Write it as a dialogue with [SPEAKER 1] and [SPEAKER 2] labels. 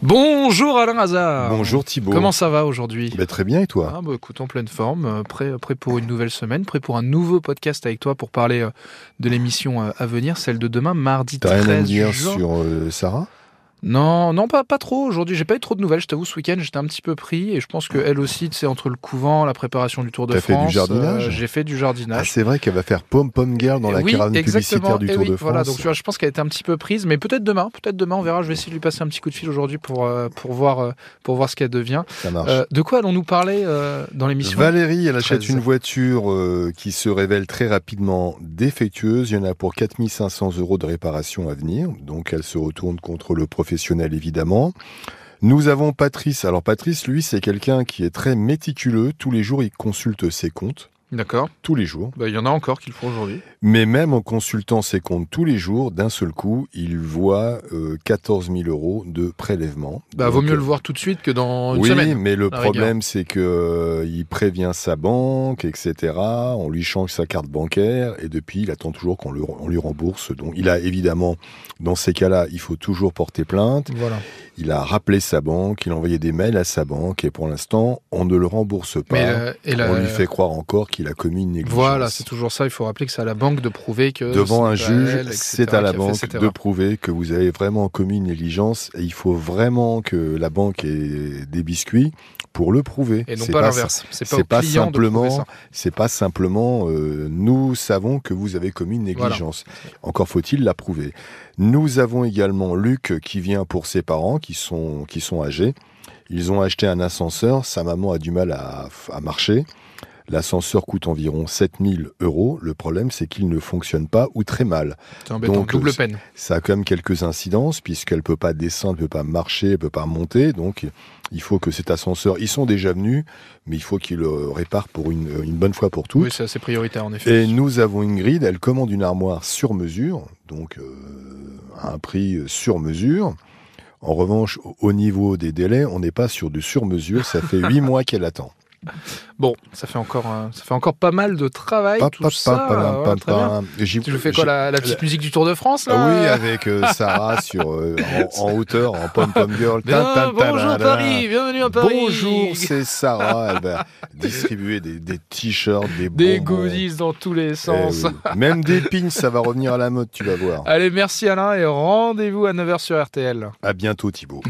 [SPEAKER 1] Bonjour Alain Hazard.
[SPEAKER 2] Bonjour Thibault.
[SPEAKER 1] Comment ça va aujourd'hui
[SPEAKER 2] Bah, Très bien et toi
[SPEAKER 1] Ah, bah, écoute, en pleine forme, euh, prêt, prêt pour une nouvelle semaine, prêt pour un nouveau podcast avec toi pour parler euh, de l'émission euh, à venir, celle de demain, mardi
[SPEAKER 2] T'as
[SPEAKER 1] 13
[SPEAKER 2] rien à me dire
[SPEAKER 1] juin.
[SPEAKER 2] sur euh, Sarah
[SPEAKER 1] Non, non, pas, pas trop aujourd'hui. J'ai pas eu trop de nouvelles, je t'avoue, ce week-end, j'étais un petit peu pris et je pense que elle aussi, tu sais, entre le couvent, la préparation du Tour de
[SPEAKER 2] T'as fait du
[SPEAKER 1] France. euh,
[SPEAKER 2] jardinage
[SPEAKER 1] J'ai fait du
[SPEAKER 2] Ah,
[SPEAKER 1] jardinage.
[SPEAKER 2] C'est vrai qu'elle va faire Pom Pom Girl dans la
[SPEAKER 1] oui,
[SPEAKER 2] caravane
[SPEAKER 1] exactement.
[SPEAKER 2] publicitaire du
[SPEAKER 1] Eh
[SPEAKER 2] Tour
[SPEAKER 1] oui,
[SPEAKER 2] de
[SPEAKER 1] Voilà,
[SPEAKER 2] France.
[SPEAKER 1] donc tu vois, je pense qu'elle était un petit peu prise, mais peut-être demain, peut-être demain, on verra. Je vais essayer de lui passer un petit coup de fil aujourd'hui pour, euh, pour, voir, euh, pour voir ce qu'elle devient.
[SPEAKER 2] Ça marche.
[SPEAKER 1] Euh, de quoi allons-nous parler euh, dans l'émission
[SPEAKER 2] Valérie, elle achète
[SPEAKER 1] 13.
[SPEAKER 2] une voiture euh, qui se révèle très rapidement défectueuse. Il y en a pour 4500 euros de réparation à venir. Donc elle se retourne contre le professionnel, évidemment. Nous avons Patrice. Alors Patrice, lui, c'est quelqu'un qui est très méticuleux. Tous les jours, il consulte ses comptes.
[SPEAKER 1] D'accord.
[SPEAKER 2] Tous les jours.
[SPEAKER 1] Bah, Il y en a encore qu'il faut aujourd'hui.
[SPEAKER 2] Mais même en consultant ses comptes tous les jours, d'un seul coup, il voit euh, 14 000 euros de prélèvement.
[SPEAKER 1] Bah,
[SPEAKER 2] Donc,
[SPEAKER 1] vaut mieux
[SPEAKER 2] euh,
[SPEAKER 1] le voir tout de suite que dans une
[SPEAKER 2] oui,
[SPEAKER 1] semaine.
[SPEAKER 2] mais le
[SPEAKER 1] la
[SPEAKER 2] problème, c'est que euh, il prévient sa banque, etc. On lui change sa carte bancaire et depuis, il attend toujours qu'on le- on lui rembourse. Donc, il a évidemment, dans ces cas-là, il faut toujours porter plainte.
[SPEAKER 1] Voilà.
[SPEAKER 2] Il a rappelé sa banque, il a envoyé des mails à sa banque et pour l'instant, on ne le rembourse pas.
[SPEAKER 1] Mais, euh, et la-
[SPEAKER 2] Bah, On lui fait croire encore qu'il a commis une négligence.
[SPEAKER 1] Voilà, c'est toujours ça. Il faut rappeler que c'est à la banque de prouver que.
[SPEAKER 2] Devant un
[SPEAKER 1] c'est pas elle,
[SPEAKER 2] juge,
[SPEAKER 1] etc.,
[SPEAKER 2] c'est à la
[SPEAKER 1] qui a fait
[SPEAKER 2] banque
[SPEAKER 1] cette
[SPEAKER 2] de
[SPEAKER 1] erreur.
[SPEAKER 2] prouver que vous avez vraiment commis une négligence et il faut vraiment que la banque ait des biscuits pour le prouver.
[SPEAKER 1] Et non
[SPEAKER 2] C'est
[SPEAKER 1] pas
[SPEAKER 2] ça.
[SPEAKER 1] l'inverse. C'est pas,
[SPEAKER 2] c'est
[SPEAKER 1] au
[SPEAKER 2] pas
[SPEAKER 1] client de prouver
[SPEAKER 2] simplement-
[SPEAKER 1] ça.
[SPEAKER 2] C'est pas simplement euh, nous savons que vous avez commis une négligence. Encore faut-il la prouver. Nous avons également Luc qui vient pour ses parents qui sont qui sont âgés. Ils ont acheté un ascenseur. Sa maman a du mal à, à marcher. L'ascenseur coûte environ 7000 euros. Le problème, c'est qu'il ne fonctionne pas ou très mal.
[SPEAKER 1] C'est embêtant.
[SPEAKER 2] Donc,
[SPEAKER 1] Double
[SPEAKER 2] euh,
[SPEAKER 1] peine.
[SPEAKER 2] Ça a quand même quelques incidences, puisqu'elle peut pas descendre, elle peut pas marcher, elle peut pas monter. Donc, il faut que cet ascenseur, ils sont déjà venus, mais il faut qu'ils le réparent pour une, une bonne fois pour toutes.
[SPEAKER 1] Oui, c'est assez prioritaire en effet.
[SPEAKER 2] Et nous avons Ingrid, elle commande une armoire sur mesure, donc euh, à un prix sur mesure. En revanche, au- au niveau des délais, on n'est pas sur du sur mesure, ça fait huit mois qu'elle attend.
[SPEAKER 1] Bon, ça fait encore, euh, ça fait encore pas mal de travail
[SPEAKER 2] Pam,
[SPEAKER 1] tout
[SPEAKER 2] pam,
[SPEAKER 1] ça.
[SPEAKER 2] pam, pam,
[SPEAKER 1] voilà,
[SPEAKER 2] pam,
[SPEAKER 1] très bien.
[SPEAKER 2] pam. Et j'y-
[SPEAKER 1] Tu nous fais quoi
[SPEAKER 2] j'y-
[SPEAKER 1] la, la petite musique du Tour de France là
[SPEAKER 2] Ah oui, avec euh, Sarah sur, euh, en, en hauteur, en pom-pom girl.
[SPEAKER 1] Bien,
[SPEAKER 2] Tin, tin, tin,
[SPEAKER 1] bonjour
[SPEAKER 2] tin, tin.
[SPEAKER 1] Paris, bienvenue à Paris.
[SPEAKER 2] Bonjour, c'est Sarah. Elle va distribuer des, des t-shirts, des,
[SPEAKER 1] Des
[SPEAKER 2] bonbons.
[SPEAKER 1] goodies dans tous les
[SPEAKER 2] Oh, Eh oui.
[SPEAKER 1] sens.
[SPEAKER 2] Même des pins, ça va revenir à la mode, tu vas voir.
[SPEAKER 1] Allez, merci Alain et rendez-vous à 9h sur RTL.
[SPEAKER 2] À bientôt, Thibaut.